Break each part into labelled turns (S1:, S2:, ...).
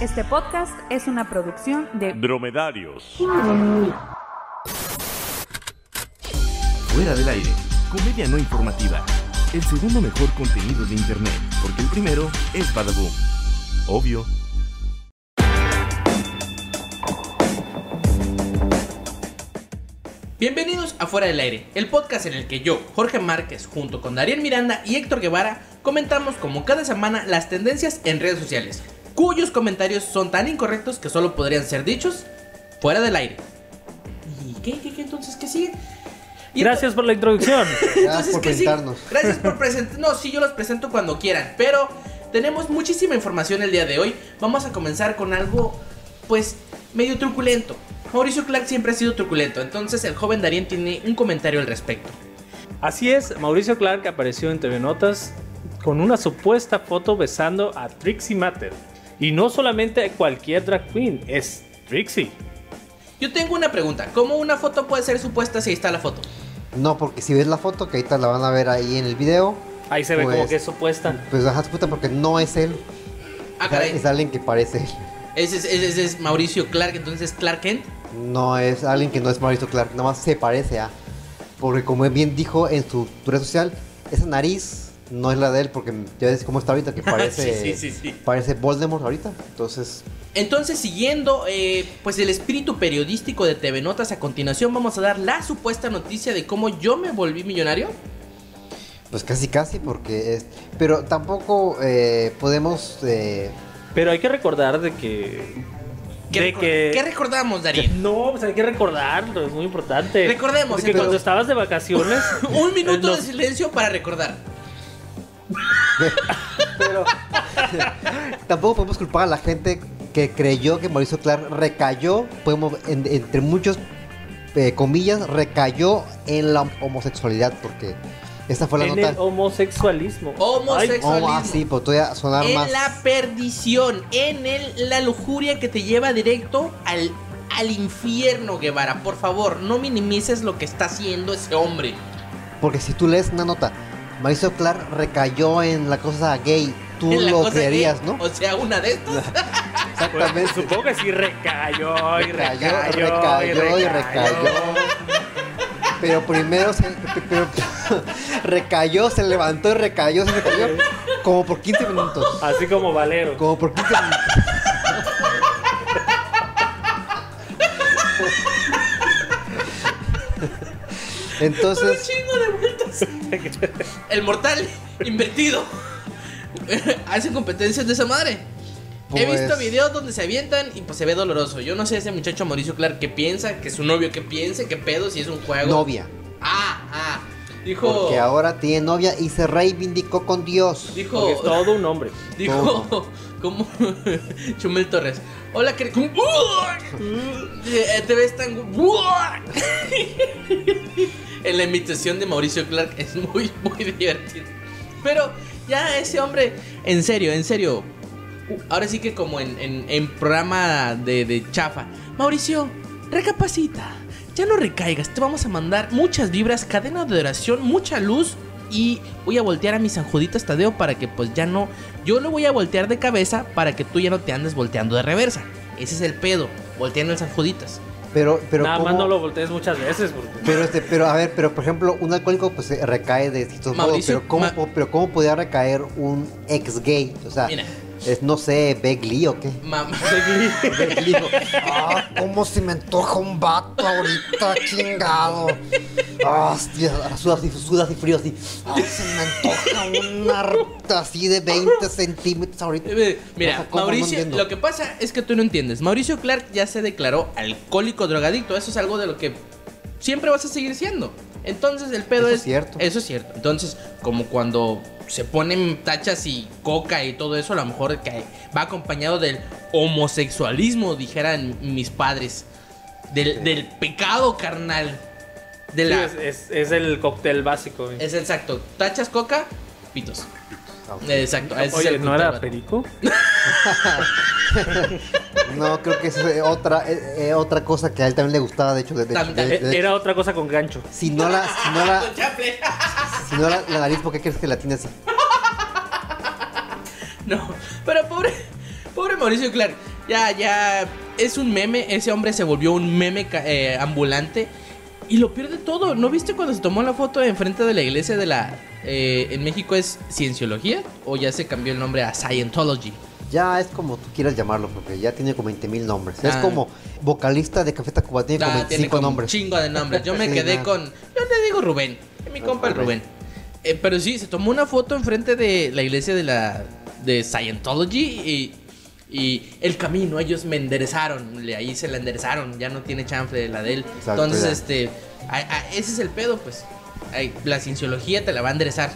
S1: Este podcast es una producción de
S2: Dromedarios.
S3: Fuera del aire. Comedia no informativa. El segundo mejor contenido de internet, porque el primero es Badaboom. Obvio.
S4: Bienvenidos a Fuera del Aire, el podcast en el que yo, Jorge Márquez, junto con Dariel Miranda y Héctor Guevara, comentamos como cada semana las tendencias en redes sociales, cuyos comentarios son tan incorrectos que solo podrían ser dichos fuera del aire. ¿Y qué, qué, qué entonces? ¿Qué sigue? Y ento-
S5: Gracias por la introducción.
S4: Entonces,
S6: Gracias por
S4: ¿qué sigue?
S6: presentarnos.
S4: Gracias por presentarnos. No, sí, yo los presento cuando quieran, pero tenemos muchísima información el día de hoy. Vamos a comenzar con algo, pues, medio truculento. Mauricio Clark siempre ha sido truculento, entonces el joven Darien tiene un comentario al respecto.
S5: Así es, Mauricio Clark apareció en TV Notas con una supuesta foto besando a Trixie Matter. Y no solamente a cualquier drag queen, es Trixie.
S4: Yo tengo una pregunta. ¿Cómo una foto puede ser supuesta si ahí está la foto?
S6: No, porque si ves la foto, que ahorita la van a ver ahí en el video,
S5: Ahí se ve
S6: Pues-
S5: como que es supuesta.
S6: pues bajas puta porque no es él.
S4: Ah, caray.
S6: Es alguien que parece él.
S4: Ese es, ese es- ese es Mauricio Clark, entonces Clark Kent.
S6: No es alguien que no es Mauricio Clark, nada más se parece a. Porque como él bien dijo en su red social, esa nariz no es la de él, porque ya ves cómo está ahorita, que parece.
S4: Sí, sí, sí, sí.
S6: Parece Voldemort ahorita. Entonces,
S4: Entonces, siguiendo eh, pues el espíritu periodístico de TV Notas, a continuación vamos a dar la supuesta noticia de cómo yo me volví millonario.
S6: pues casi casi, porque es. Pero tampoco eh, podemos. eh,
S5: Pero hay que recordar de que.
S4: ¿Qué,
S5: de
S4: recor-
S5: que.
S4: ¿qué recordamos, Darín?
S5: no, pues hay que recordarlo, es muy importante.
S4: Recordemos,
S5: Porque cuando
S4: entonces.
S5: estabas de vacaciones.
S4: Un minuto
S5: Los-
S4: de silencio para recordar.
S6: Pero tampoco podemos culpar a la gente que creyó que Mauricio Clark recayó, podemos, en- entre muchos eh, comillas, recayó en la homosexualidad, porque esta fue la
S5: en el
S6: nota.
S5: homosexualismo.
S4: Homosexual-
S6: Oh, ah, sí, pues todavía sonar
S4: En
S6: más.
S4: la perdición, en el- la lujuria que te lleva directo al, al infierno, Guevara. Por favor, no minimices lo que está haciendo ese hombre.
S6: Porque si tú lees una nota, Mauricio Clark recayó en la cosa gay, tú
S4: En la
S6: lo
S4: cosa que-
S6: creerías, ¿no?
S4: O sea, una de estas.
S5: Ay, pues,
S6: Exactamente.
S5: supongo que sí recayó y
S6: Recayó,
S5: recayó.
S6: recayó y recayó. Pero primero se. pero- recayó, se levantó y recayó, se recayó. Como por 15 minutos.
S5: Así como Valero.
S6: Como por 15 minutos. Entonces,
S4: El mortal invertido. Hacen competencias de esa madre. He
S6: Pues-
S4: visto videos donde se avientan y pues se ve doloroso. Yo no sé ese muchacho Mauricio Clark qué piensa, que su novio qué piense, qué pedo, si es un juego.
S6: novia.
S4: Ah, ah. Dijo.
S6: Porque ahora tiene novia y se reivindicó con Dios.
S4: Dijo.
S5: Porque es todo un hombre.
S4: Dijo como Chumel Torres. Hola, que Eh, te ves tan En la imitación de Mauricio Clark es muy muy divertido. Pero ya ese hombre, en serio, en serio. Ahora sí que como en, en- en programa de, de chafa. Mauricio, recapacita. Ya no recaigas, te vamos a mandar muchas vibras, cadena de oración, mucha luz y voy a voltear a mis anjuditas Tadeo para que pues ya no... Yo lo voy a voltear de cabeza para que tú ya no te andes volteando de reversa. Ese es el pedo, volteando las anjuditas.
S6: Pero, pero
S5: Nada más
S6: ¿cómo?
S5: no lo voltees muchas veces. Porque...
S6: Pero este, pero a ver, pero por ejemplo, un alcohólico pues eh, recae de distintos modos,
S4: Mauricio,
S6: pero cómo,
S4: Ma-
S6: pero cómo podía recaer un ex gay, o sea,
S4: Mira.
S6: es no sé, Begli o qué.
S4: Mamá.
S6: Begli, digo, ah, cómo se me antoja un vato ahorita, chingado. Ah, hostia, sudas y sudas y frío así. Ah, se me antoja una harta así de 20 centímetros ahorita.
S4: Eh,
S6: O
S4: Mira,
S6: sea, ¿cómo? No
S4: Mauricio,
S6: entiendo.
S4: lo que pasa es que tú no entiendes. Mauricio Clark ya se declaró alcohólico drogadicto. Eso es algo de lo que siempre vas a seguir siendo. Entonces el pedo
S6: Eso
S4: es.
S6: es cierto.
S4: Eso es cierto. Entonces, como cuando se ponen tachas y coca y todo eso, a lo mejor que va acompañado del homosexualismo, dijeran mis padres. Del, del pecado carnal. De
S5: Sí,
S4: la-
S5: es, es- es el cóctel básico. güey.
S4: es exacto. Tachas coca, pitos.
S6: Ah, ok.
S4: Exacto. ese es
S5: Oye,
S4: el
S5: ¿no era
S4: cóctel.
S5: perico?
S6: No, creo que es eh, otra, eh, eh, otra cosa que a él también le gustaba, de hecho, de, de-
S4: Tam-
S6: de-
S5: Eh,
S6: de-
S5: Era otra cosa con gancho.
S6: si no la, si no la,
S4: Con chaple.
S6: Si no la, la nariz, ¿por qué crees que la tiene así?
S4: No, pero pobre, pobre Mauricio Clark. Ya, ya. Es un meme. Ese hombre se volvió un meme ca- eh, ambulante. Y lo pierde todo. ¿No viste cuando se tomó la foto enfrente de la iglesia de la. eh, en México es Cienciología? ¿O ya se cambió el nombre a Scientology?
S6: Ya es como tú quieras llamarlo, porque ya tiene como 20 mil nombres. Es
S4: Ah.
S6: como vocalista de Café Tacuba, tiene como
S4: Ah,
S6: 25
S4: tiene como un
S6: nombres.
S4: chingo de nombres. Yo me
S6: Sí,
S4: quedé
S6: nada.
S4: con. Yo te digo Rubén. Mi
S6: Ah,
S4: compa el
S6: Rubén.
S4: Rubén. Eh, pero sí, se tomó una foto enfrente de la iglesia de la. de Scientology y. y el camino, ellos me enderezaron. le- Ahí se la enderezaron. Ya no tiene chanfle la de él.
S6: Exacto,
S4: Entonces,
S6: ya.
S4: este. ay, ay, ese es el pedo, pues. Ay, la cienciología te la va a enderezar.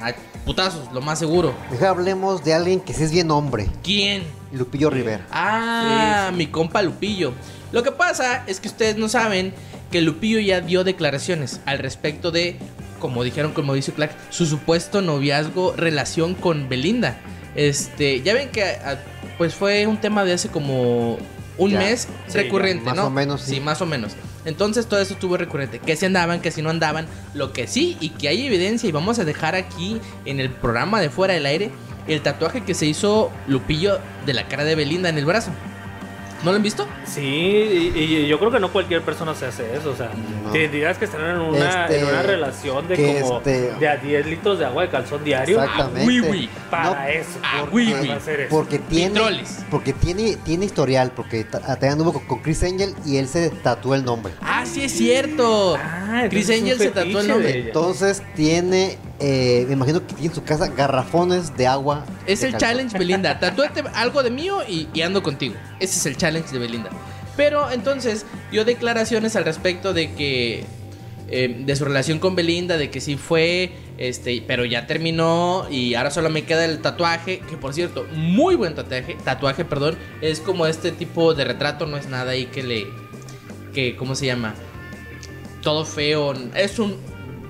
S4: A putazos, lo más seguro.
S6: Mejor hablemos de alguien que sí es bien hombre,
S4: ¿Quién?
S6: Lupillo Rivera.
S4: Ah, mi compa Lupillo. Lo que pasa es que ustedes no saben que Lupillo ya dio declaraciones al respecto de, como dijeron con Mauricio Clark, su supuesto noviazgo, relación con Belinda. Este, ya ven que a- pues fue un tema de hace como un
S6: Ya.
S4: mes
S5: Sí,
S4: recurrente,
S6: ya, más
S4: ¿no?
S6: o menos, sí.
S4: más o menos. Entonces todo eso estuvo recurrente, que si andaban, que si no andaban, lo que sí y que hay evidencia y vamos a dejar aquí en el programa de fuera del aire el tatuaje que se hizo Lupillo de la cara de Belinda en el brazo. ¿No lo han visto?
S5: Sí, y, y yo creo que no cualquier persona se hace eso. O sea,
S6: No.
S5: tendrías que estar en una,
S6: Este,
S5: en una relación de
S6: que
S5: como
S6: este-
S5: de a 10 litros de agua de calzón diario
S6: Exactamente.
S4: uy, uy.
S5: para
S6: No,
S5: eso.
S4: Ah,
S5: ¿por
S4: uy,
S5: qué
S4: uy.
S5: va a hacer eso?
S6: Porque tiene,
S4: Vitroles.
S6: porque tiene, tiene historial, porque ta- ah, también anduvo con, con Chris Angel y él se tatuó el nombre.
S4: Ah, sí es cierto.
S5: Ah, entonces
S4: Chris
S5: es un
S4: Angel se tatuó
S5: fetiche
S4: el nombre.
S5: de ella.
S6: Entonces tiene, eh, me imagino que tiene en su casa garrafones de agua.
S4: Es
S6: de
S4: el
S6: calzón.
S4: challenge Belinda. Tatúate algo de mío y, y ando contigo. Ese es el challenge de Belinda. Pero entonces dio declaraciones al respecto de que. eh, de su relación con Belinda, de que sí fue, este, pero ya terminó y ahora solo me queda el tatuaje, que por cierto, muy buen tatuaje, tatuaje, perdón, es como este tipo de retrato, no es nada ahí que le, que, ¿cómo se llama? Todo feo, es un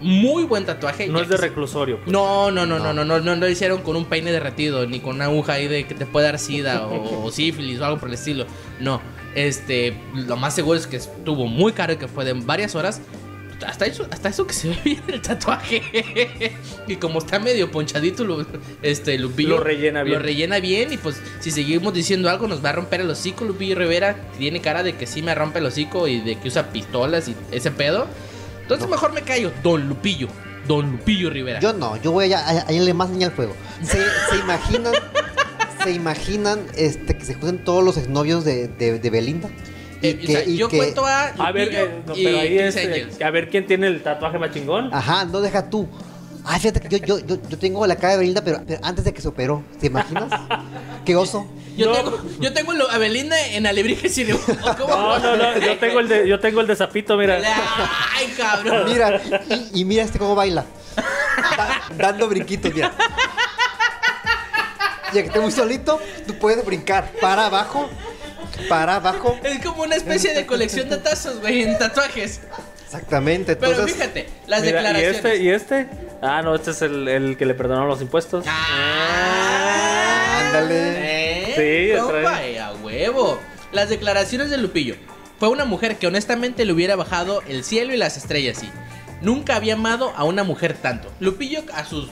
S4: muy buen tatuaje.
S5: No
S4: ya
S5: es de
S4: que-
S5: reclusorio. pues.
S4: no, no, no, no,
S6: No.
S4: no, no, no, no lo hicieron con un peine derretido, ni con una aguja ahí de que te puede dar sida o, o sífilis o algo por el estilo. No, este, lo más seguro es que estuvo muy caro y que fue de varias horas. Hasta eso, hasta eso que se ve bien el tatuaje. y como está medio ponchadito, lo- este Lupillo
S5: Lo rellena bien.
S4: Lo rellena bien. Y pues, si seguimos diciendo algo, nos va a romper el hocico. Lupillo Rivera tiene cara de que sí me rompe el hocico y de que usa pistolas y ese pedo. Entonces, mejor me callo. Don Lupillo. Don Lupillo Rivera.
S6: Yo no, yo voy a a- a hallarle más leña al fuego. Se, se imaginan, se imaginan este, que se junten todos los exnovios de, de, de Belinda. Y
S4: Eh, o
S6: que,
S4: sea,
S6: y
S4: yo
S6: que-
S4: cuento a.
S5: A ver,
S4: Lupillo
S5: eh, no,
S4: y
S5: pero ahí
S4: Chris
S5: es. eh,
S4: Angels.
S5: a ver quién tiene el tatuaje más chingón.
S6: Ajá, no deja tú. Ay, fíjate que yo, yo, yo, yo tengo la cara de Belinda, pero, pero antes de que se operó, ¿te imaginas? Qué oso.
S4: Yo,
S5: No.
S4: tengo, yo tengo lo- a Belinda en Alebrijes y Leones. ¿Cómo?
S5: No, no, no. Yo tengo el de, yo tengo el de Zapito, mira.
S4: Ay, cabrón.
S6: Mira, y, y mira este cómo baila. Da- dando brinquitos, mira. Ya que esté muy solito, tú puedes brincar para abajo, para abajo.
S4: Es como una especie de colección de tazos, güey, en tatuajes.
S6: Exactamente,
S4: Pero
S6: entonces.
S4: fíjate, las
S5: Mira, ¿y
S4: declaraciones.
S5: este? ¿Y este? Ah, no, este es el, el que le perdonaron los impuestos.
S4: Ah,
S6: Ándale.
S4: ¿Eh?
S5: Sí,
S4: Compa,
S5: otra vez.
S4: eh, a huevo. Las declaraciones de Lupillo. Fue una mujer que honestamente le hubiera bajado el cielo y las estrellas, sí. Nunca había amado a una mujer tanto. Lupillo a sus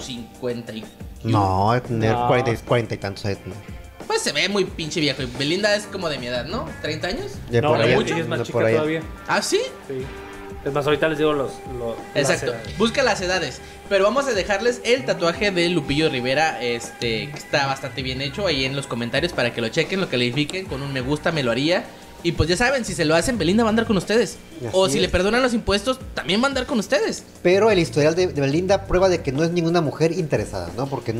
S4: 50 y...
S6: No, de tener
S5: No.
S6: 40, y- 40 y tantos de tener.
S4: Pues se ve muy pinche viejo. Y Belinda es como de mi edad, ¿no? ¿30 años?
S6: De
S5: no,
S6: por
S5: ella-
S6: allá,
S5: ella es más
S6: de
S5: chica
S6: por allá.
S5: todavía.
S4: ¿Ah, sí?
S5: Sí. Es más, ahorita les digo los. los las
S4: Exacto.
S5: edades.
S4: Busca las edades. Pero vamos a dejarles el tatuaje de Lupillo Rivera, este, que está bastante bien hecho ahí en los comentarios para que lo chequen, lo califiquen con un me gusta, me lo haría. Y pues ya saben, si se lo hacen, Belinda va a andar con ustedes.
S6: Y así
S4: O si
S6: es.
S4: le perdonan los impuestos, también va a andar con ustedes.
S6: Pero el historial de, de Belinda prueba de que no es ninguna mujer interesada, ¿no? Porque,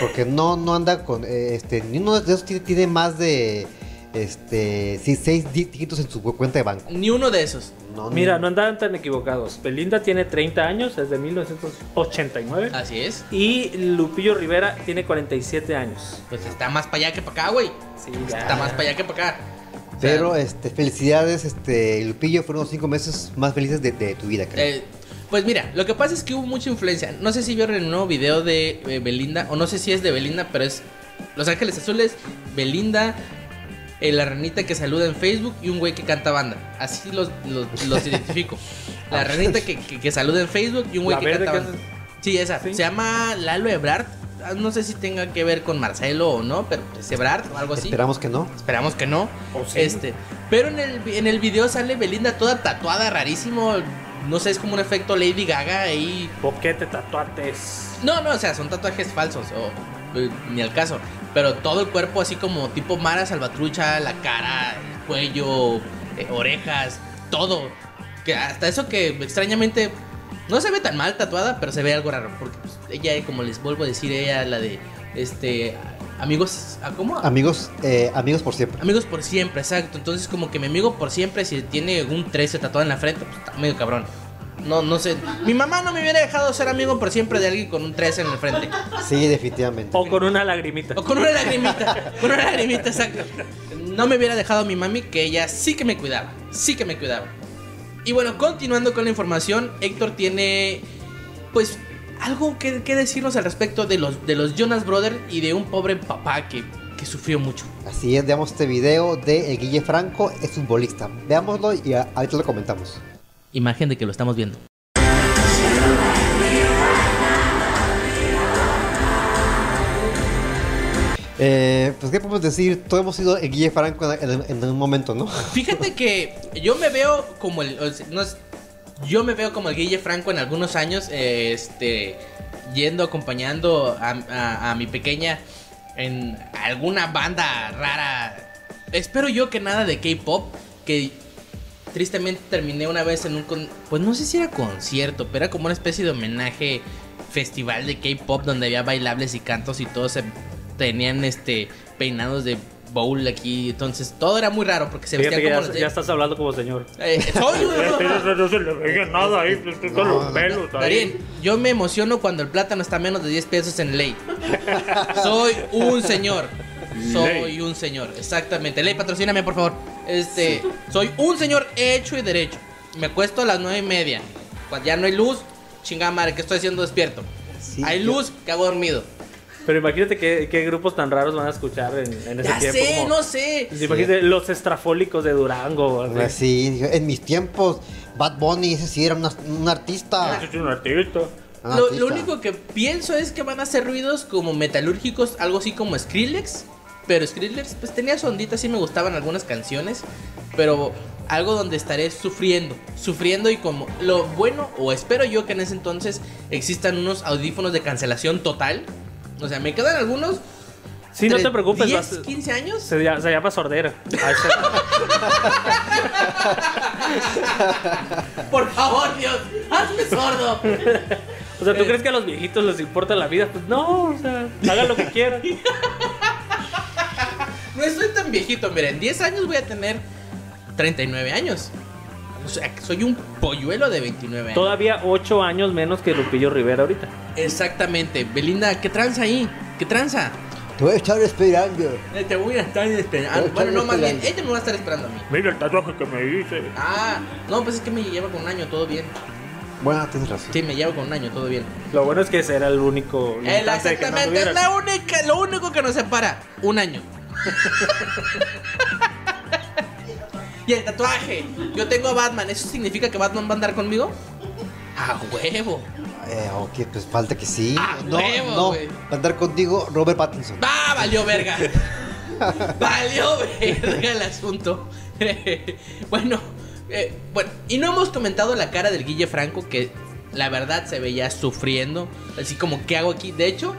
S6: porque no, no anda con. eh, este, ni uno de esos tiene, tiene más de. Este. Sí, seis dí- dígitos en su cuenta de banco.
S4: Ni uno de esos.
S6: No,
S5: Mira,
S6: ni-
S5: no andaban tan equivocados. Belinda tiene 30 años, es de 1989.
S4: Así es.
S5: Y Lupillo Rivera tiene 47 años.
S4: Pues está más para allá que para acá, güey.
S5: Sí,
S4: Está más para allá que para acá. O sea,
S6: Pero este, felicidades, este, Lupillo, fueron los cinco meses más felices de, de tu vida, creo.
S4: Eh, pues mira, lo que pasa es que hubo mucha influencia. No sé si vieron el nuevo video de eh, Belinda, o no sé si es de Belinda, pero es Los Ángeles Azules, Belinda, eh, la ranita que saluda en Facebook y un güey que canta banda. Así los, los- los identifico. La ranita que, que- que saluda en Facebook y un güey
S5: La
S4: que
S5: verde
S4: canta
S5: que
S4: banda. Sí, esa.
S5: Sí.
S4: Se llama Lalo Ebrard. Ah, no sé si tenga que ver con Marcelo o no, pero Sebrard o algo así.
S6: Esperamos que no.
S4: Esperamos que no.
S5: O sí.
S4: Este, pero en el, en el video sale Belinda toda tatuada, rarísimo. No sé, es como un efecto Lady Gaga ahí.
S5: ¿Por qué te tatuates?
S4: No, no, o sea, son tatuajes falsos, o eh, ni al caso. Pero todo el cuerpo así como tipo Mara Salvatrucha, la cara, el cuello, eh, orejas, todo. Que hasta eso que extrañamente no se ve tan mal tatuada, pero se ve algo raro. Porque pues, ella, eh, como les vuelvo a decir, ella la de este amigos. ¿a ¿Cómo?
S6: Amigos, eh, amigos por siempre.
S4: Amigos por siempre, exacto. Entonces, como que mi amigo por siempre, si tiene un 13 tatuado en la frente, pues está medio cabrón. No, no sé. Mi mamá no me hubiera dejado ser amigo por siempre de alguien con un 13 en la frente.
S6: Sí, definitivamente.
S5: O con una lagrimita.
S4: O con una lagrimita. Con una lagrimita, exacto. No me hubiera dejado mi mami, que ella sí que me cuidaba. Sí que me cuidaba. Y bueno, continuando con la información, Héctor tiene. Pues. Algo que, que decirnos al respecto de los, de los Jonas Brothers y de un pobre papá que, que sufrió mucho.
S6: Así es, veamos este video de el Guille Franco, es futbolista. Veámoslo y a- ahorita lo comentamos.
S4: Imagen de que lo estamos viendo.
S6: Eh, pues, ¿qué podemos decir? Todos hemos sido el Guille Franco en, en- en un momento, ¿no?
S4: Fíjate que yo me veo como el. o sea, no es- yo me veo como el Guille Franco en algunos años. eh, este. Yendo, acompañando a, a- a mi pequeña en alguna banda rara. Espero yo que nada de K-pop. Que tristemente terminé una vez en un. con- pues no sé si era concierto, pero era como una especie de homenaje festival de K-pop donde había bailables y cantos y todos se tenían este peinados de bowl aquí. Entonces todo era muy raro porque se
S5: Fíjate
S4: vestían
S5: que
S4: como
S5: ya,
S4: los de-
S5: ya estás hablando como señor.
S4: Eh, soy uno.
S5: No se le veía nada ahí, con los pelos
S4: Darín, yo me emociono cuando el plátano está a menos de 10 pesos en ley. Soy un señor. Soy
S5: Ley.
S4: un señor, exactamente. Ley, patrocíname, por favor. Este, soy un señor hecho y derecho. Me acuesto a las nueve y media. Cuando ya no hay luz, chingada madre, ¿qué estoy haciendo despierto?
S6: Sí,
S4: hay
S6: yo-
S4: luz, que hago dormido.
S5: Pero imagínate qué, qué grupos tan raros van a escuchar en, en ese
S4: Ya
S5: tiempo.
S4: sé,
S5: como-
S4: no sé.
S5: Imagínate los estrafólicos de Durango. así.
S6: Así, dije, en mis tiempos, Bad Bunny, ese sí era una- un
S4: Ah.
S6: artista.
S5: Ese es un artista.
S6: Un
S4: Lo,
S6: artista.
S4: lo único que pienso es que van a hacer ruidos como metalúrgicos, algo así como Skrillex. Pero Skrillex, pues tenía su ondita, sí me gustaban algunas canciones. Pero algo donde estaré sufriendo, sufriendo y como lo bueno, o espero yo que en ese entonces existan unos audífonos de cancelación total. O sea, me quedan algunos.
S5: Sí, no
S4: entre
S5: te preocupes.
S4: 10,
S5: vas-
S4: 15 años.
S5: se, llama, se llama sordera. Ahí está.
S4: Por favor, Dios, hazme sordo.
S5: O sea, ¿tú crees que a los viejitos les importa la vida? Pues no, o sea, hagan lo que quieran.
S4: No estoy tan viejito, miren, en 10 años voy a tener 39 años. O sea, que soy un polluelo de 29 años.
S5: Todavía 8 años menos que Lupillo Rivera ahorita.
S4: Exactamente. Belinda, ¿qué tranza ahí? ¿Qué tranza?
S6: Te voy a estar esperando.
S4: Eh, Te voy a estar esperando. Ah,
S6: Te voy a
S4: Bueno, no,
S6: estar
S4: más bien,
S6: esperando.
S4: ella me va a estar esperando a mí.
S5: Mira el tatuaje que me hice.
S4: Ah, no, pues es que me lleva con un año, todo bien.
S6: Bueno, tienes razón.
S4: Sí, me lleva con un año, todo bien.
S5: Lo bueno es que ese era el único.
S4: Eh, la-
S5: limitante que no
S4: exactamente, es
S5: tuvieras.
S4: la única, lo único que nos separa. Un año. y el tatuaje. Yo tengo a Batman. ¿Eso significa que Batman va a andar conmigo? A huevo.
S6: Eh, ok, pues falta que sí.
S4: Ah,
S6: no,
S4: huevo,
S6: no.
S4: güey.
S6: Va a andar contigo Robert Pattinson.
S4: ¡Va! ¡Valió verga! ¡Valió verga el asunto! bueno, eh, bueno, y no hemos comentado la cara del Guille Franco que la verdad se veía sufriendo. Así como, ¿qué hago aquí? De hecho,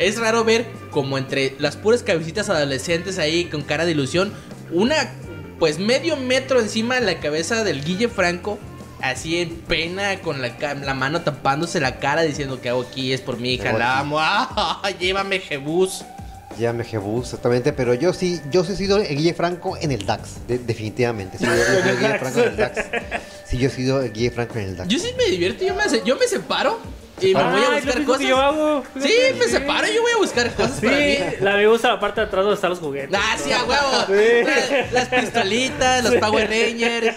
S4: es raro ver como entre las puras cabecitas adolescentes ahí con cara de ilusión, una, pues medio metro encima de la cabeza del Guille Franco. Así en pena, con la, ca- la mano tapándose la cara, diciendo que hago aquí, es por mi hija,
S6: Qué
S4: la amo, ¡Ah, llévame Jebús.
S6: Ya me jebú, exactamente. Pero yo sí, yo sí he sido el Guille Franco en el DAX. de- definitivamente. Sí, yo, yo he sido el Guille Franco en el DAX. Sí, yo he sido el Guille Franco en el DAX.
S4: Yo sí me divierto, yo me, hace- yo me separo y me
S5: Ah,
S4: voy a
S5: es lo mismo
S4: buscar
S5: que
S4: cosas.
S5: yo hago.
S4: Sí, me separo, yo voy a buscar cosas para mí.
S5: Sí, la me gusta la parte de atrás donde están los juguetes.
S4: Ah, sí, a huevo.
S5: Sí.
S4: Las, las pistolitas, los Power Rangers.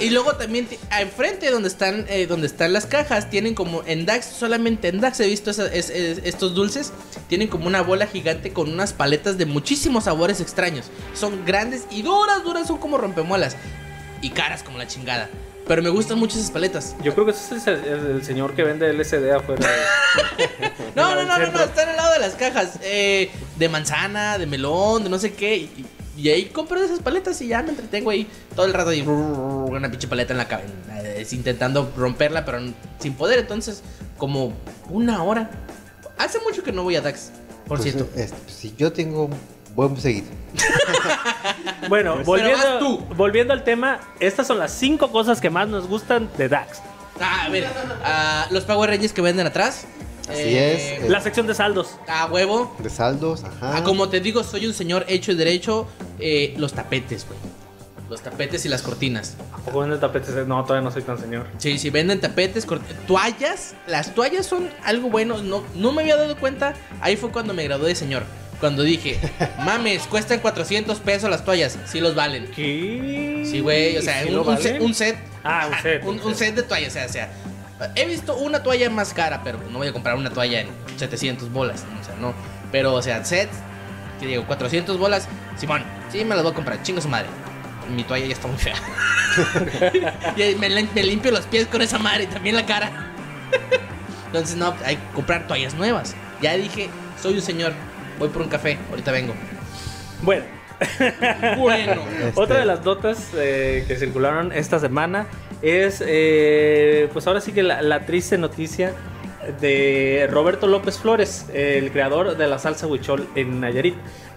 S4: Y luego también ti- ah, enfrente donde están eh, donde están las cajas tienen como en Dax solamente en Dax he visto esa- es- es- estos dulces tienen como una bola gigante con unas paletas de muchísimos sabores extraños son grandes y duras duras son como rompemuelas y caras como la chingada Pero me gustan mucho esas paletas.
S5: Yo creo que ese es el, el- el señor que vende LSD afuera. de-
S4: No,
S5: afuera
S4: no,
S5: del
S4: no, no, no,
S5: centro.
S4: están al lado de las cajas. eh, de manzana, de melón, de no sé qué. Y, y ahí compro esas paletas y ya me entretengo ahí todo el rato. ahí, con una pinche paleta en la cabeza. Intentando romperla, pero n- sin poder. Entonces, como una hora. Hace mucho que no voy a Dax, por
S6: Pues,
S4: cierto.
S6: eh, este, pues, sí, yo tengo un buen seguido.
S5: Bueno,
S4: Pero vas
S5: volviendo,
S4: tú.
S5: volviendo al tema, estas son las cinco cosas que más nos gustan de Dax.
S4: Ah, a ver, ah, los Power Rangers que venden atrás.
S6: Así es, eh.
S5: La sección de saldos.
S4: A huevo.
S6: De saldos, ajá.
S4: Ah, como te digo, soy un señor hecho y derecho. eh, los tapetes, güey. Los tapetes y las cortinas.
S5: ¿A poco vende tapetes? No, todavía no soy tan señor.
S4: Sí, sí, venden tapetes, cort- toallas. Las toallas son algo bueno. No, no me había dado cuenta. Ahí fue cuando me gradué de señor. Cuando dije, mames, cuestan 400 pesos las toallas. Sí los valen.
S5: ¿Qué?
S4: Sí, güey. O sea,
S5: ¿Sí
S4: un,
S5: lo
S4: un se-
S5: valen?
S4: un set.
S5: Ah, un
S4: ajá,
S5: set,
S4: Un,
S5: un
S4: un
S5: set.
S4: set de toallas. O sea, o sea, he visto una toalla más cara, pero no voy a comprar una toalla en 700 bolas. ¿no? O sea, no. Pero, o sea, set, que digo, 400 bolas. Simón, sí me las voy a comprar. Chingo su madre. Mi toalla ya está muy fea. y ahí me, lim- me limpio los pies con esa madre y también la cara. Entonces, no, hay que comprar toallas nuevas. Ya dije, soy un señor. Voy por un café, ahorita vengo.
S5: Bueno,
S4: Bueno.
S6: Este,
S5: otra de las notas eh, que circularon esta semana es, eh, pues ahora sí que la, la triste noticia de Roberto López Flores, el creador de la salsa huichol en Nayarit.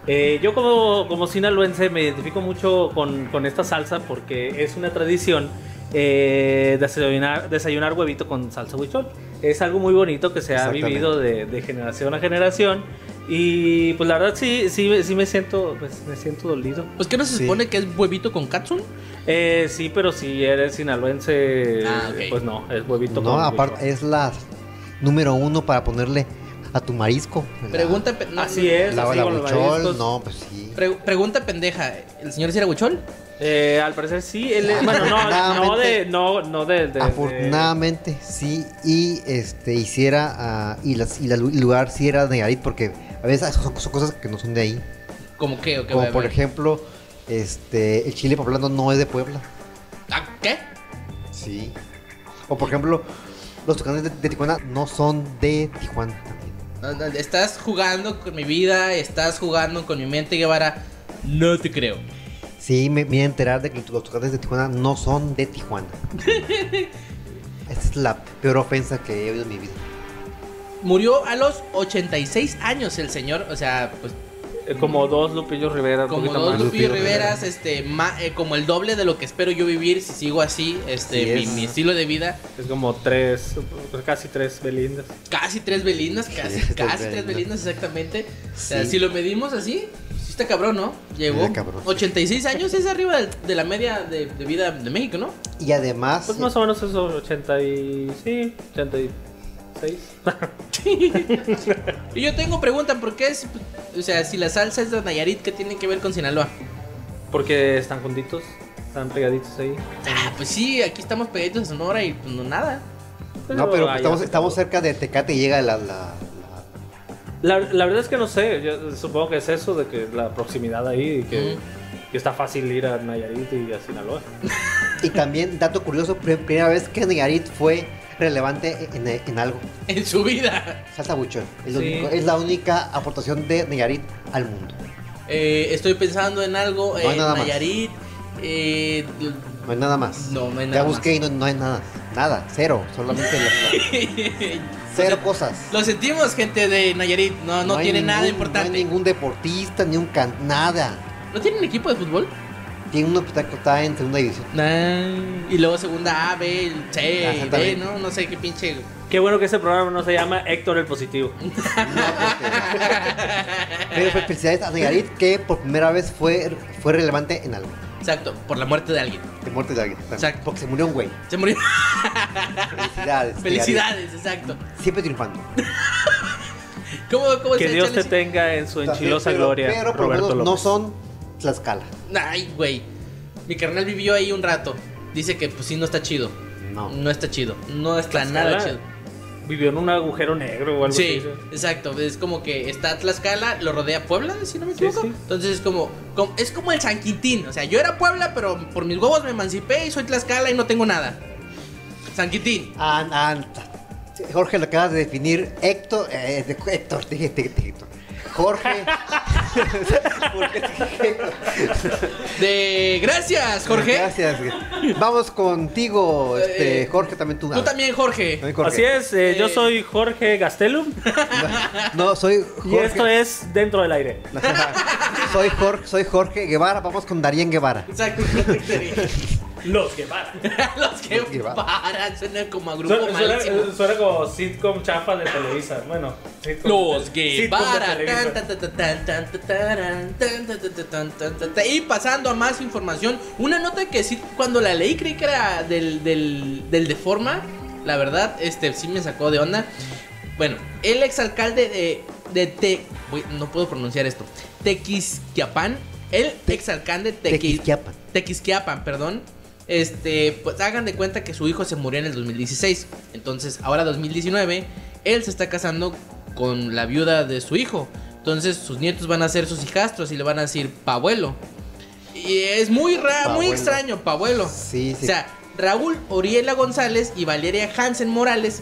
S5: Eh, yo como, como sinaloense me identifico mucho con, con esta salsa porque es una tradición eh, desayunar, desayunar huevito con salsa huichol. Es algo muy bonito que se ha
S6: Exactamente.
S5: vivido de, de generación a generación y pues la verdad sí, sí, sí me siento, pues, me siento dolido.
S4: Pues que no se
S6: Sí.
S4: supone que es huevito con katsun.
S5: Eh, sí, pero si eres sinaloense,
S4: Ah, ok.
S5: pues no, es huevito.
S6: No,
S5: con
S6: aparte, eh.
S5: huichol.
S6: es la número uno para ponerle a tu marisco. La-
S4: Pregunta, pe- no,
S5: Ah, Así
S4: no,
S5: es.
S6: La,
S5: así
S6: la
S5: con los
S6: buchol,
S5: mariscos.
S6: no, pues sí.
S4: pre- pregunta pendeja. ¿El señor sí era huichol?
S5: Eh, al parecer sí. él es- bueno, no, no de, no, no de, de- de-
S6: Afortunadamente, sí. Y este, hiciera. ah, y, las, y la lu- el lugar sí era de Nayarit, porque a veces son, son cosas que no son de ahí.
S4: ¿Cómo qué? ¿O qué
S6: Como
S4: güey?
S6: por ejemplo, este, el chile poblano no es de Puebla.
S4: Ah, ¿Qué?
S6: Sí. O por ejemplo, los tocantes de, de Tijuana no son de Tijuana también.
S4: No, no, Estás jugando con mi vida, estás jugando con mi mente, Guevara. No te creo.
S6: Sí, me, me voy a enterar de que los tocantes de Tijuana no son de Tijuana. Esta es la peor ofensa que he oído en mi vida.
S4: Murió a los 86 años el señor, o sea, pues
S5: eh, como dos Lupillos Rivera. un
S4: como
S5: poquito
S4: dos
S5: más.
S4: Lupillo
S6: Lupillos Lupillo
S4: Riveras, este, ma- eh, como el doble de lo que espero yo vivir si sigo así, este,
S6: Así
S4: mi,
S6: es.
S4: mi estilo de vida.
S5: Es como tres, pues, casi tres Belindas.
S4: Casi tres belindas, casi, casi
S6: tres
S4: tres
S6: Belindas.
S4: belindas exactamente. O sea,
S6: Sí.
S4: si lo medimos así, sí está cabrón, ¿no? Llegó
S6: Está cabrón.
S4: 86 años, es arriba del- de, la media de, de vida de México, ¿no?
S6: Y además,
S5: Pues más o menos esos 80 y... Sí, 86.
S4: Y yo tengo pregunta, ¿por qué es, o sea, si la salsa es de Nayarit, ¿qué tiene que ver con Sinaloa?
S5: Porque están juntitos, están pegaditos ahí.
S4: Ah, pues sí, aquí estamos pegaditos a Sonora y pues no nada.
S6: no, pero
S5: allá
S6: estamos,
S5: se
S6: estamos
S5: acabó.
S6: cerca de Tecate y llega la- la- la
S5: La, la verdad es que no sé, yo supongo que es eso de que la proximidad ahí y que, que está fácil ir a Nayarit y a Sinaloa.
S6: Y también, dato curioso, pri- primera vez que Nayarit fue relevante en, en algo.
S4: En su vida.
S6: Salsa buchón. Es, lo
S5: Sí.
S6: único- es la única aportación de Nayarit al mundo.
S4: Eh, estoy pensando en algo,
S6: hay
S4: eh,
S6: nada más.
S4: Nayarit. eh,
S6: No hay nada más.
S4: No, no hay
S6: Ya
S4: nada
S6: busqué y no, no hay nada. Nada. Cero. Solamente la- la- cero cosas.
S4: lo sentimos, gente de Nayarit. No, no,
S6: hay
S4: tiene nada
S6: ningún- No hay
S4: importante. No,
S6: ningún deportista, ni un can... Nada.
S4: tienen equipo de fútbol?
S6: Tiene uno que está- que está en segunda división.
S4: Ah, Y luego segunda A, B,
S6: Ah,
S4: C, D,
S6: exactamente.
S4: ¿no? No sé qué pinche.
S5: Qué bueno que ese programa no se llama Héctor el Positivo.
S6: No, porque- Pero pues, felicidades a Nayarit que por primera vez fue, fue relevante en algo.
S4: Exacto, por la muerte de alguien.
S6: De muerte de alguien.
S4: Exacto.
S6: Porque se murió un güey.
S4: Se murió.
S6: Felicidades. Nayarit.
S4: Felicidades, exacto.
S6: Siempre triunfando.
S4: ¿Cómo, cómo
S5: Que
S4: se
S5: Dios
S4: echa
S5: te
S4: la-
S5: tenga en su enchilosa
S6: Pero-
S5: gloria,
S6: Pero por lo
S5: Roberto
S6: menos no
S5: López.
S6: son Tlaxcala.
S4: Ay, güey. Mi carnal vivió ahí un rato. Dice que pues sí no está chido.
S6: No.
S4: No está chido. No está
S5: Tlaxcala.
S4: nada chido.
S5: vivió en un agujero negro o algo
S4: Sí,
S5: así.
S4: exacto. Es como que está Tlaxcala, lo rodea Puebla, si no me
S5: Sí,
S4: equivoco.
S5: sí.
S4: Entonces es como, como- es como el San Quintín. O sea, yo era Puebla, pero por mis huevos me emancipé y soy Tlaxcala y no tengo nada. San Quintín.
S6: Ah, ah, t- Jorge lo acabas de definir. Héctor, eh, de- Héctor, te dije te dije Héctor. Jorge. ¿Por qué te dije Héctor?
S4: De gracias, Jorge.
S6: Gracias. güey. Vamos contigo, este,
S4: Eh,
S6: Jorge, también tú.
S4: Tú también, Jorge.
S6: Soy Jorge.
S5: Así es, eh, yo
S4: Eh,
S5: soy Jorge Gastelum
S6: No, soy
S5: y
S6: Jorge.
S5: esto es Dentro del Aire.
S6: soy Jorge, soy Jorge Guevara. Vamos con Darien Guevara.
S4: Exacto.
S5: Los Guevara.
S4: Los que
S6: Los que van.
S4: paran, suena como a grupo
S5: Suena,
S4: malísimo.
S5: suena- suena como sitcom chafa de Televisa. Bueno, sitcom-
S4: Los
S5: sitcom de
S4: Guevara.
S5: Televisa.
S4: Tan, tan, tan, tan, tan, tan, tan, tan, tan, tan, tan, tan, tan, tan. Y pasando a más información, una nota que sí, cuando la leí creí que era del, del, del Deforma, la verdad, este sí me sacó de onda. Bueno, el exalcalde de, de Te... uy, no puedo pronunciar esto. Tequisquiapan, el exalcalde de Tequisquiapan.
S6: Tequisquiapan.
S4: Tequisquiapan, perdón. Este, pues hagan de cuenta que su hijo se murió en el 2016. Entonces, ahora 2019, él se está casando con la viuda de su hijo. Entonces, sus nietos van a ser sus hijastros y le van a decir pabuelo. Y es muy raro, muy
S6: Pabuelo.
S4: extraño, pabuelo.
S6: Sí, sí.
S4: O sea, Raúl Oriela González y Valeria Hansen Morales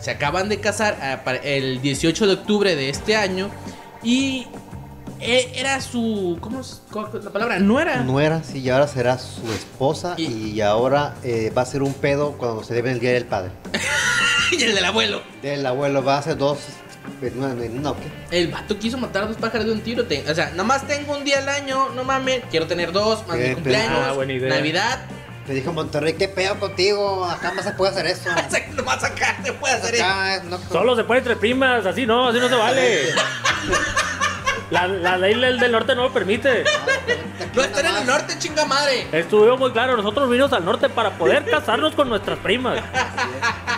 S4: se acaban de casar ah, para- el 18 de octubre de este año. Y e- era su. ¿Cómo es ¿Cuál es la palabra? No era.
S6: Nuera, sí, y ahora será su esposa.
S4: Y-
S6: Y, ahora eh, va a ser un pedo cuando se debe el día del padre.
S4: Y el del abuelo.
S6: Del abuelo va a ser dos. pues, En una, en una, ¿o qué?
S4: El vato quiso matar a dos pájaros de un tiro. te- o sea, nada más tengo un día al año, no mames. Quiero tener dos, más mi
S6: Qué
S4: cumpleaños,
S5: pedo. Ah, buena idea.
S4: Navidad.
S6: Le dijo Monterrey, ¿qué pedo contigo? Acá más se puede hacer eso.
S4: O sea, no vas a sacar, te puede hacer eso.
S6: Acá, no,
S5: Solo se puede entre primas, así no, así no se vale. La, la ley del del norte no lo permite.
S6: aquí
S4: No está en el
S6: nada más.
S4: norte, chinga madre.
S5: Estuvimos muy claro, nosotros vinimos al norte para poder casarnos con nuestras primas.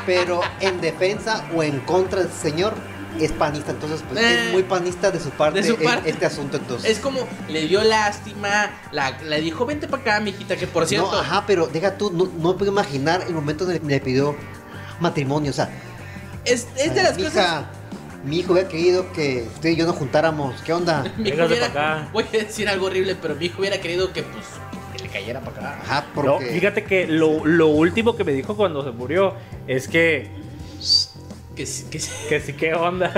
S6: Pero en defensa o en contra del señor, es panista. Entonces, pues
S4: Eh,
S6: es muy panista de su parte,
S4: de su
S6: en
S4: parte.
S6: este asunto. Entonces,
S4: Es como, le dio lástima, la, le dijo, vente para acá, mijita, que por cierto.
S6: No, ajá, pero deja tú, no, no puedo imaginar el momento en el que le pidió matrimonio. O sea,
S4: Es, es de las
S6: mi
S4: cosas.
S6: hija, mi hijo hubiera querido que usted y yo nos juntáramos. ¿Qué onda?
S4: mi hijo
S5: Véngase
S4: hubiera-
S5: pa' acá.
S4: Voy a decir algo horrible, pero mi hijo hubiera querido que, pues, que le cayera para acá.
S6: Ajá,
S5: No,
S6: porque.
S5: fíjate que lo, lo último que me dijo cuando se murió es que,
S4: Que, sí- que sí.
S5: que sí, qué onda.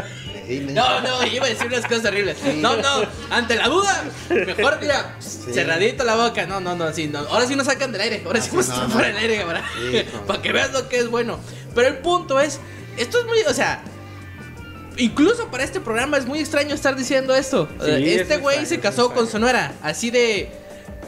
S6: Dime.
S4: No, no, iba a decir unas cosas horribles.
S6: Sí.
S4: No, no, ante la duda, mejor mira, cerradito la boca. No, no, no, sí, no. Ahora sí nos sacan del aire. Ahora sí
S6: Así
S4: nos
S6: no,
S4: sacan
S6: no.
S4: fuera del aire, cabrón.
S6: Sí, no.
S4: Para que veas lo que es bueno. Pero el punto es, esto es muy, o sea, incluso para este programa es muy extraño estar diciendo esto. O sea,
S5: Sí, es
S4: este
S5: muy
S4: güey
S5: extraño,
S4: se
S5: es
S4: casó
S5: muy
S4: con su
S5: extraño.
S4: nuera, así de,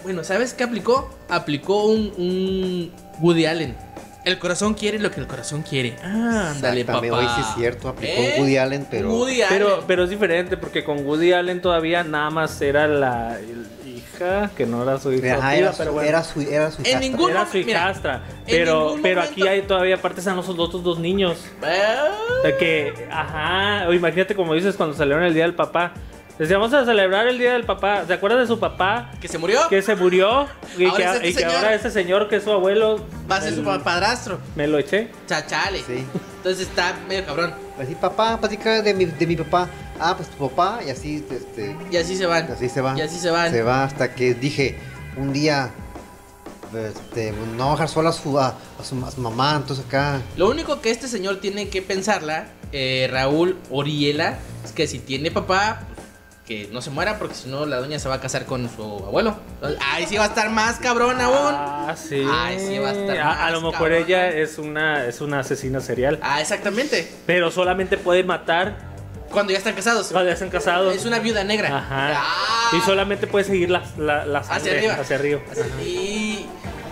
S4: bueno, ¿sabes qué aplicó? Aplicó un, un Woody Allen. El corazón quiere lo que el corazón quiere. Ah, ándale, papá. ¿Eh?
S6: Exactamente, hoy sí es cierto, aplicó un Woody Allen, pero-
S4: Woody Allen.
S5: Pero, pero es diferente porque con Woody Allen todavía nada más era la el- hija, que no era su hija.
S6: Ajá,
S5: adoptiva,
S6: era, su,
S5: pero bueno.
S6: era su era su
S4: En
S6: hijastra.
S4: ningún-
S5: Era su
S4: Mira,
S5: hijastra.
S4: en
S5: Pero,
S4: ningún
S5: pero
S4: momento-
S5: aquí hay todavía aparte están los otros dos niños.
S4: Ah.
S5: O sea que, ajá, o imagínate como dices cuando salieron el día del papá. Decíamos a celebrar el día del papá. ¿Se acuerdas de su papá
S4: ¿Que se murió?
S5: que se murió? Y,
S4: Ahora
S5: que,
S4: es este
S5: y que
S4: señor.
S5: ahora ese señor que es su abuelo
S4: Va a ser su pa- padrastro.
S5: me lo eché.
S4: Chachale.
S6: Sí.
S4: Entonces está medio cabrón.
S6: Así, papá, platica de mi, de mi papá. Ah, pues tu papá, y así, este,
S4: Y así se van.
S6: así se va.
S4: Y así se van.
S6: Se va hasta que dije, un día, este, no va a dejar sola a su, a, a su, a su mamá, entonces acá.
S4: Lo único que este señor tiene que pensarla, eh, Raúl Oriela, es que si tiene papá, pues, que no se muera, porque si no la doña se va a casar con su abuelo. Entonces, Ahí sí va a estar más cabrón aún.
S5: Ah, sí.
S4: Ay, sí, va a estar
S5: A, a lo
S4: más
S5: mejor
S4: cabrón. ¿eh?
S5: ella es una, es una asesina serial.
S4: Ah, exactamente.
S5: Pero solamente puede matar
S4: Cuando ya están casados.
S5: cuando ya están casados.
S4: Es una viuda negra.
S5: Ajá.
S4: Ah.
S5: Y solamente puede seguir la, la, la
S4: Hacia
S5: sangre
S4: arriba.
S5: hacia arriba.
S4: Y.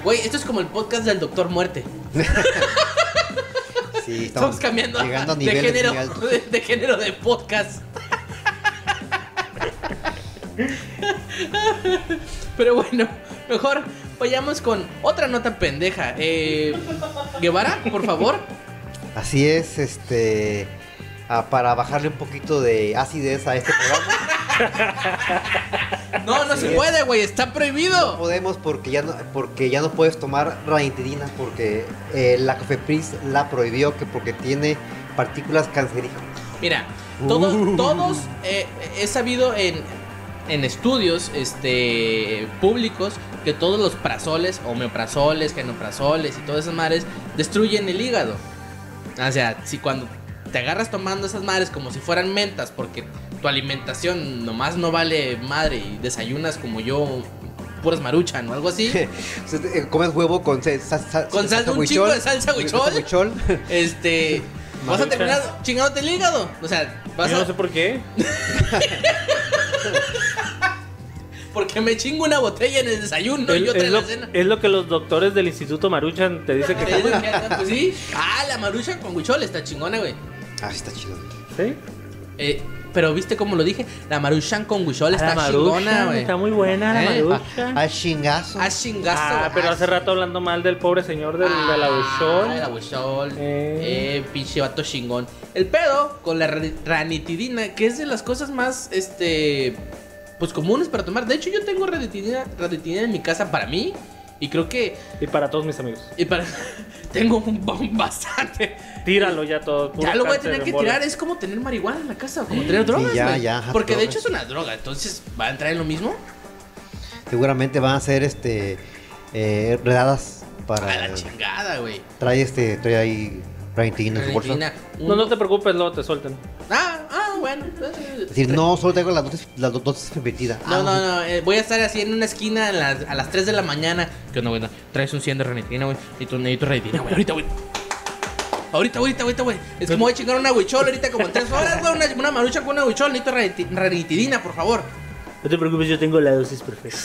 S4: Güey, esto es como el podcast del Doctor Muerte.
S6: Sí,
S4: Estamos cambiando a-
S6: Llegando a
S4: de,
S6: niveles
S4: género,
S6: muy altos.
S4: de, de género de podcast. Pero bueno, mejor vayamos con otra nota pendeja. Eh, Guevara, por favor.
S6: Así es, este. ah, para bajarle un poquito de acidez a este programa.
S4: No, no se puede, güey, está
S6: No
S4: prohibido.
S6: podemos porque ya no, porque ya no puedes tomar ranitidina porque eh, la COFEPRIS la prohibió que porque tiene partículas cancerígenas.
S4: Mira, todos, todos eh, he sabido en, en estudios este, públicos que todos los prazoles, homeoprazoles, genoprazoles y todas esas madres destruyen el hígado. O sea, si cuando te agarras tomando esas madres como si fueran mentas, porque tu alimentación nomás no vale madre y desayunas como yo puras maruchan o algo así,
S6: O sea, eh, comes huevo con se- sa- sa-
S4: Con sal- un
S6: huichol,
S4: chingo de salsa huichol.
S6: huichol.
S4: este... Vas a
S5: Maruchan.
S4: terminar chingándote el hígado. O sea, vas
S5: Yo
S4: a...
S5: no sé por qué.
S4: Porque me chingo una botella en el desayuno
S5: Es,
S4: y otra
S5: es
S4: en
S5: lo,
S4: la cena.
S5: es lo que los doctores del Instituto Maruchan te dicen que
S4: Te dicen que acá, pues, sí. Ah, la marucha con huichol está chingona, güey.
S6: Ah, sí, está chido.
S5: ¿Sí?
S4: Eh, pero viste cómo lo dije, la maruchan con huichol está
S5: Ah, la
S4: chingona,
S5: Maruchan,
S4: güey.
S5: está muy buena la
S4: ¿Eh?
S5: Maruchan.
S6: Al chingazo.
S4: Ah, chingazo.
S5: Ah, pero hace rato hablando mal del pobre señor del, de la
S4: Ah, de la
S5: Bushol.
S4: huichol.
S5: Eh.
S4: Eh. pinche vato chingón. El pedo con la ra- ranitidina, que es de las cosas más, este, pues comunes para tomar. De hecho, yo tengo ranitidina, ranitidina en mi casa para mí. Y creo que,
S5: Y para todos mis amigos.
S4: y para, tengo un, un bastante.
S5: Tíralo ya todo. puro
S4: Ya lo voy a
S5: cáncer
S4: tener
S5: en
S4: que
S5: bola.
S4: tirar, es como tener marihuana en la casa, o como tener drogas.
S6: ya,
S4: güey.
S6: ya, ajá,
S4: Porque de
S6: drogas.
S4: hecho es una droga, entonces va a entrar en lo mismo.
S6: Seguramente van a ser este eh, redadas
S4: A la
S6: para
S4: chingada, güey.
S6: trae este trae ahí ranitidina en su bolsa.
S4: Valentina, un-
S5: No, no te preocupes, luego te sueltan.
S4: Ah, ah, bueno.
S6: Es decir, no, solo traigo las dosis, las do- dosis permitidas. Ah,
S4: No, no, no, eh, voy a estar así en una esquina a las, a las 3 de la mañana. Que onda, güey? No, Traes un 100 de ranitina, güey. Necesito, necesito ranitina, güey. Ahorita, güey. Ahorita, ahorita, ahorita, güey. Es como voy a chingar una huichol ahorita como en 3 horas, güey. Una, una marucha con una huichol. Necesito raniti- ranitidina, por favor.
S5: No te preocupes, yo tengo la dosis perfecta.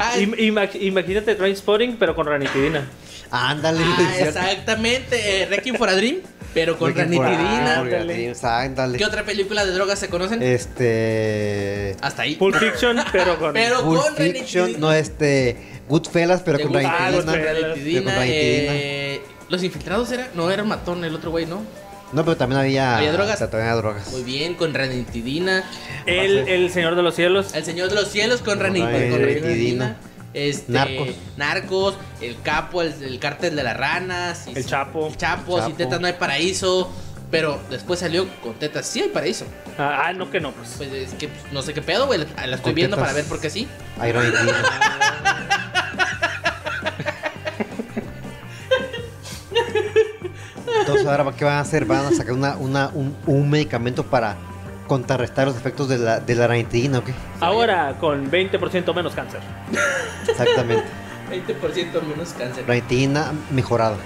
S4: Ay,
S5: imagínate Trainspotting, pero con ranitidina.
S6: Ándale.
S4: Ah,
S6: es cierto.
S4: exactamente. eh, Requiem for a Dream, pero con
S6: Porque por- ah,
S4: ranitidina.
S6: porque ranitidina,
S4: ¿Qué
S6: Ándale.
S4: otra película de drogas se conocen?
S6: Eh, Este.
S4: Hasta ahí.
S5: Pulp Fiction, pero con.
S4: Ah, Pero con
S6: Pulp Fiction,
S4: ranitidina.
S6: no este. Goodfellas, pero
S4: ¿Te
S6: con
S4: gusta? Ah,
S5: Goodfellas.
S4: con
S6: ranitidina.
S4: ranitidina,
S6: Pero con ranitidina.
S4: eh, Los infiltrados era, no era matón el otro güey, ¿no?
S6: No, pero también había.
S4: ¿Había drogas?
S6: o sea, también había drogas.
S4: Muy bien, con ranitidina.
S5: el, el Señor de los Cielos.
S4: El Señor de los Cielos con, rani- con
S6: Ranitidina.
S4: ranitidina. Este,
S6: Narcos.
S4: Narcos, el capo, el, el cártel de las ranas. y-
S5: El Chapo.
S4: El Chapo,
S6: Chapo.
S4: sin tetas no hay paraíso. Pero después salió con tetas, sí hay paraíso.
S5: Ah, ah, no, que no, pues.
S4: Pues es que pues, no sé qué pedo, güey. La la estoy
S6: Con
S4: viendo para
S6: tetas.
S4: ver por qué sí.
S6: Hay ranitidina. Entonces, ahora, ¿qué van a hacer? Van a sacar una, una, un, un medicamento para contrarrestar los efectos de la, de la ranitidina, ¿o qué?
S5: Ahora con 20% menos cáncer.
S6: Exactamente.
S4: 20% menos cáncer.
S6: Ranitidina mejorada.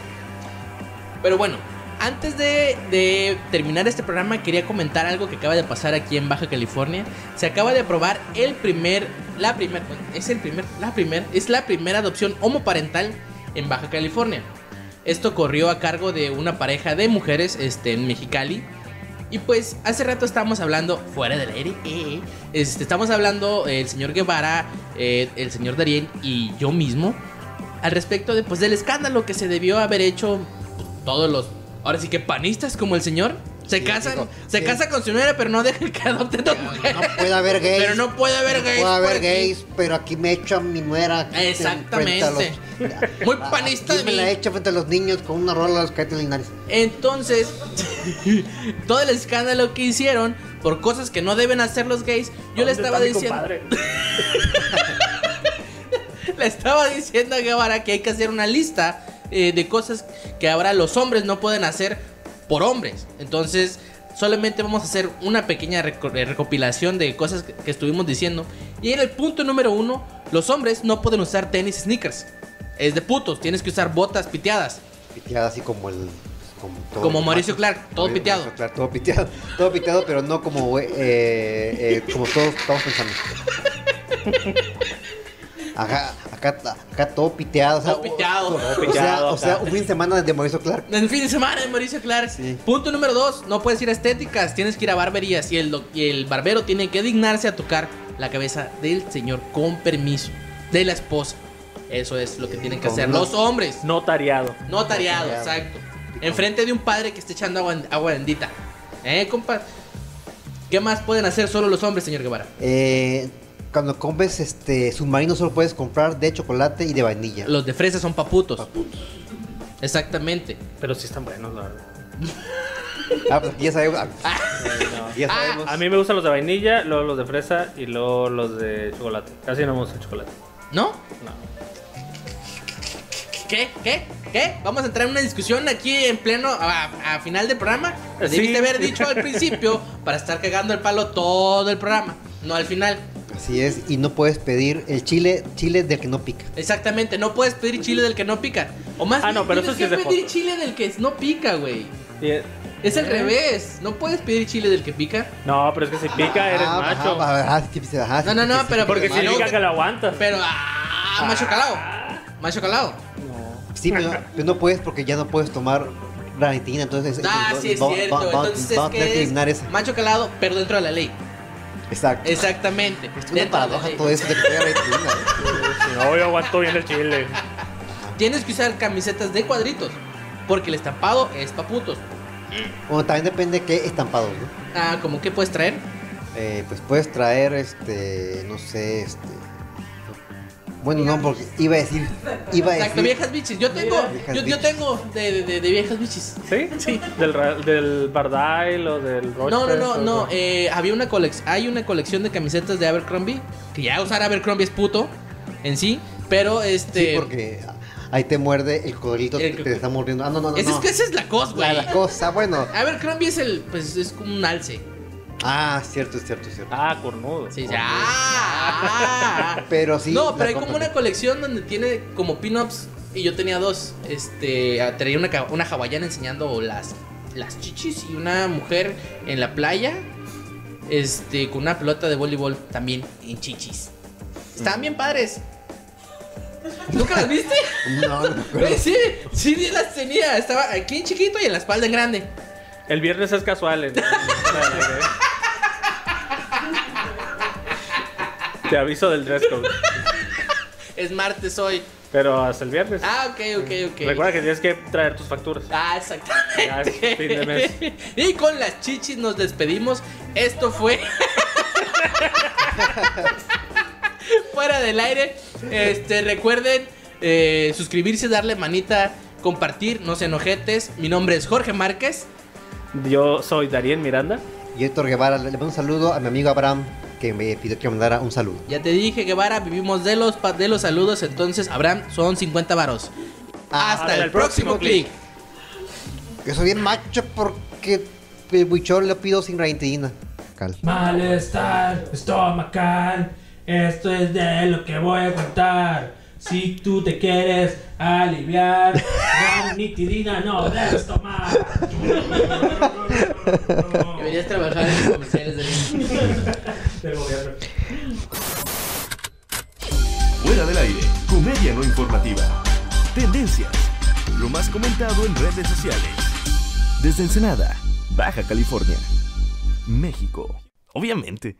S4: Pero bueno, antes de, de terminar este programa quería comentar algo que acaba de pasar aquí en Baja California. Se acaba de aprobar el primer, la primer, es el primer, la primer, es la primera adopción homoparental en Baja California. Esto corrió a cargo de una pareja de mujeres este, en Mexicali. Y pues hace rato estábamos hablando, fuera del aire, eh, este, estamos hablando eh, el señor Guevara, eh, el señor Darien y yo mismo al respecto de, pues, del escándalo que se debió haber hecho pues, todos los, ahora sí que panistas como el señor. Se
S6: Sí,
S4: casan,
S6: digo,
S4: se
S6: sí.
S4: casa con su nuera, pero no deja que adopten dos mujeres.
S6: No puede haber gays.
S4: Pero no puede haber gays
S6: Puede
S4: por
S6: haber
S4: aquí.
S6: gays, pero aquí me echo a mi nuera. Este,
S4: Exactamente.
S6: frente a los-
S4: Muy panista
S6: Aquí
S4: de
S6: me
S4: mí.
S6: la echo frente a los niños con una rola de los cadetes linares.
S4: Entonces, todo el escándalo que hicieron por cosas que no deben hacer los gays, yo le
S5: ¿Dónde
S4: estaba
S5: está mi
S4: diciendo,
S5: compadre?
S4: le estaba diciendo a Guevara que hay que hacer una lista eh, de cosas que ahora los hombres no pueden hacer por hombres. Entonces, solamente vamos a hacer una pequeña reco- eh, recopilación de cosas que, que estuvimos diciendo. Y en el punto número uno, los hombres no pueden usar tenis sneakers. Es de putos, tienes que usar botas piteadas.
S6: Piteada así como el. Como, todo
S4: Como Mauricio Clark, todo
S6: Mauricio
S4: piteado.
S6: Clark, todo piteado. Todo piteado, pero no como, eh, eh, como todos estamos pensando. Acá, acá, acá todo piteado. o sea,
S4: Todo piteado.
S6: o- O,
S5: piteado,
S6: sea, o sea,
S5: acá.
S6: un fin de semana de Mauricio Clark.
S4: En fin de semana de Mauricio Clark.
S6: Sí.
S4: Punto número dos, no puedes ir a estéticas, tienes que ir a barberías y el, doc- y el barbero tiene que dignarse a tocar la cabeza del señor con permiso de la esposa. Eso es lo que tienen que
S6: Con
S4: hacer
S6: una-
S4: los hombres.
S5: Notariado.
S4: Notariado,
S6: Notariado.
S4: exacto. Enfrente de un padre que esté echando agua, agua bendita. ¿Eh, compa? ¿Qué más pueden hacer solo los hombres, señor Guevara?
S6: Eh, cuando compres este submarino solo puedes comprar de chocolate y de vainilla.
S4: Los de fresa son paputos. Exactamente.
S5: Pero sí están buenos, la verdad.
S6: Ah, pues aquí ya sabemos. ah, ya sabemos.
S5: A mí me gustan los de vainilla, luego los de fresa y luego los de chocolate. Casi no me gusta el chocolate.
S4: ¿No?
S5: No.
S4: ¿Qué? ¿Qué? ¿Qué? Vamos a entrar en una discusión aquí en pleno, a, a final del programa. Lo
S5: Sí.
S4: Debiste haber dicho al principio para estar cagando el palo todo el programa, no al final.
S6: Así es, y no puedes pedir el chile, chile del que no pica.
S4: Exactamente, no puedes pedir chile del que no pica. O más
S5: Ah,
S4: bien
S5: no, pero
S4: tienes
S5: eso sí es
S4: que
S5: de
S4: pedir
S5: foto.
S4: chile del que no pica, güey.
S5: Y-
S4: Es al revés, no puedes pedir chile del que pica.
S5: No, pero es que si pica eres
S6: Ah, ajá,
S5: macho.
S6: ajá, ajá, sí, sí, ajá, sí,
S4: No, no,
S6: sí,
S4: no,
S6: sí,
S4: pero
S6: sí,
S4: porque
S5: Porque
S6: sí,
S5: si
S4: no-
S5: pica que lo aguantas.
S4: Pero, ah, macho calado. Macho calado.
S5: No.
S6: Sí, pero, pero no puedes porque ya no puedes tomar granitina, entonces.
S4: Ah,
S6: entonces,
S4: sí, es
S6: pues, va- va-
S4: cierto.
S6: va-
S4: Entonces
S6: va a
S4: es
S6: tener que
S4: que
S6: eliminar esa.
S4: es macho calado, pero dentro de la ley.
S6: Exacto. Es
S4: Exactamente.
S6: una
S4: dentro de la
S6: paradoja
S4: ley.
S6: todo eso de que tenga granitina. ¿eh?
S5: Si no, yo aguanto bien el chile.
S4: Tienes que usar camisetas de cuadritos. Porque el estampado es pa' putos.
S6: Bueno, también depende de qué estampado, ¿no?
S4: Ah, ¿cómo que puedes traer?
S6: Eh, pues puedes traer, este, no sé, este. Bueno, no, porque iba a decir, iba a
S4: Exacto,
S6: decir.
S4: viejas bichis. Yo tengo,
S6: Viejas
S4: yo, yo
S6: bichis.
S4: tengo de, de- de- de viejas bichis.
S5: ¿Sí? Sí. Del, ra- del Bardal o del Roche.
S4: No, no, no, no. eh, había una colec- hay una colección de camisetas de Abercrombie. Que ya usar Abercrombie es puto en sí. Pero
S6: Sí,
S4: este.
S6: porque ahí te muerde el codrito
S4: El-
S6: que te está mordiendo. Ah, no, no, no.
S4: esa,
S6: no.
S4: es, que esa es la cosa, güey.
S6: la, la cosa, bueno.
S4: Abercrombie es el. Pues es como un alce.
S6: Ah, cierto, cierto, cierto.
S5: Ah, cornudo.
S4: Sí, sí. Ah, ah.
S6: Pero sí.
S4: no,
S6: la
S4: pero hay como
S6: compra-
S4: una colección donde tiene como pin-ups. Y yo tenía dos. Este, ah, tenía una, ca- una hawaiana enseñando las, las chichis y una mujer en la playa. Este, con una pelota de voleibol también en chichis. Están
S6: Mm.
S4: bien padres. ¿Nunca las viste?
S6: No, no me acuerdo.
S4: Güey, sí, sí las tenía. Estaba aquí en chiquito y en la espalda en grande.
S5: El viernes es casual. ¿eh? Te aviso del dress code.
S4: Es martes hoy.
S5: Pero hasta el viernes.
S4: Ah, ok, ok, ok.
S5: Recuerda que tienes que traer tus facturas.
S4: Ah, exactamente.
S5: Ya es fin de mes.
S4: Y con las chichis nos despedimos. Esto fue. Fuera del aire. Este, recuerden eh, suscribirse, darle manita, compartir, no se enojetes. Mi nombre es Jorge Márquez.
S5: Yo soy Darien Miranda.
S6: Y Héctor Guevara, le le mando un saludo a mi amigo Abraham, que me pidió que mandara un saludo.
S4: Ya te dije, Guevara, vivimos de los, pa- de los saludos. Entonces, Abraham, son 50 varos. Ah, Hasta, el, próximo clic.
S6: Yo soy bien macho porque el buichón lo pido sin granitina. Cal.
S2: Malestar estomacal, esto es de lo que voy a contar. Si tú te quieres aliviar, nitidina no debes tomar.
S4: Deberías trabajar en comerciales de
S2: Del gobierno.
S3: Fuera del aire, comedia no informativa. Tendencias, lo más comentado en redes sociales. Desde Ensenada, Baja California, México. Obviamente.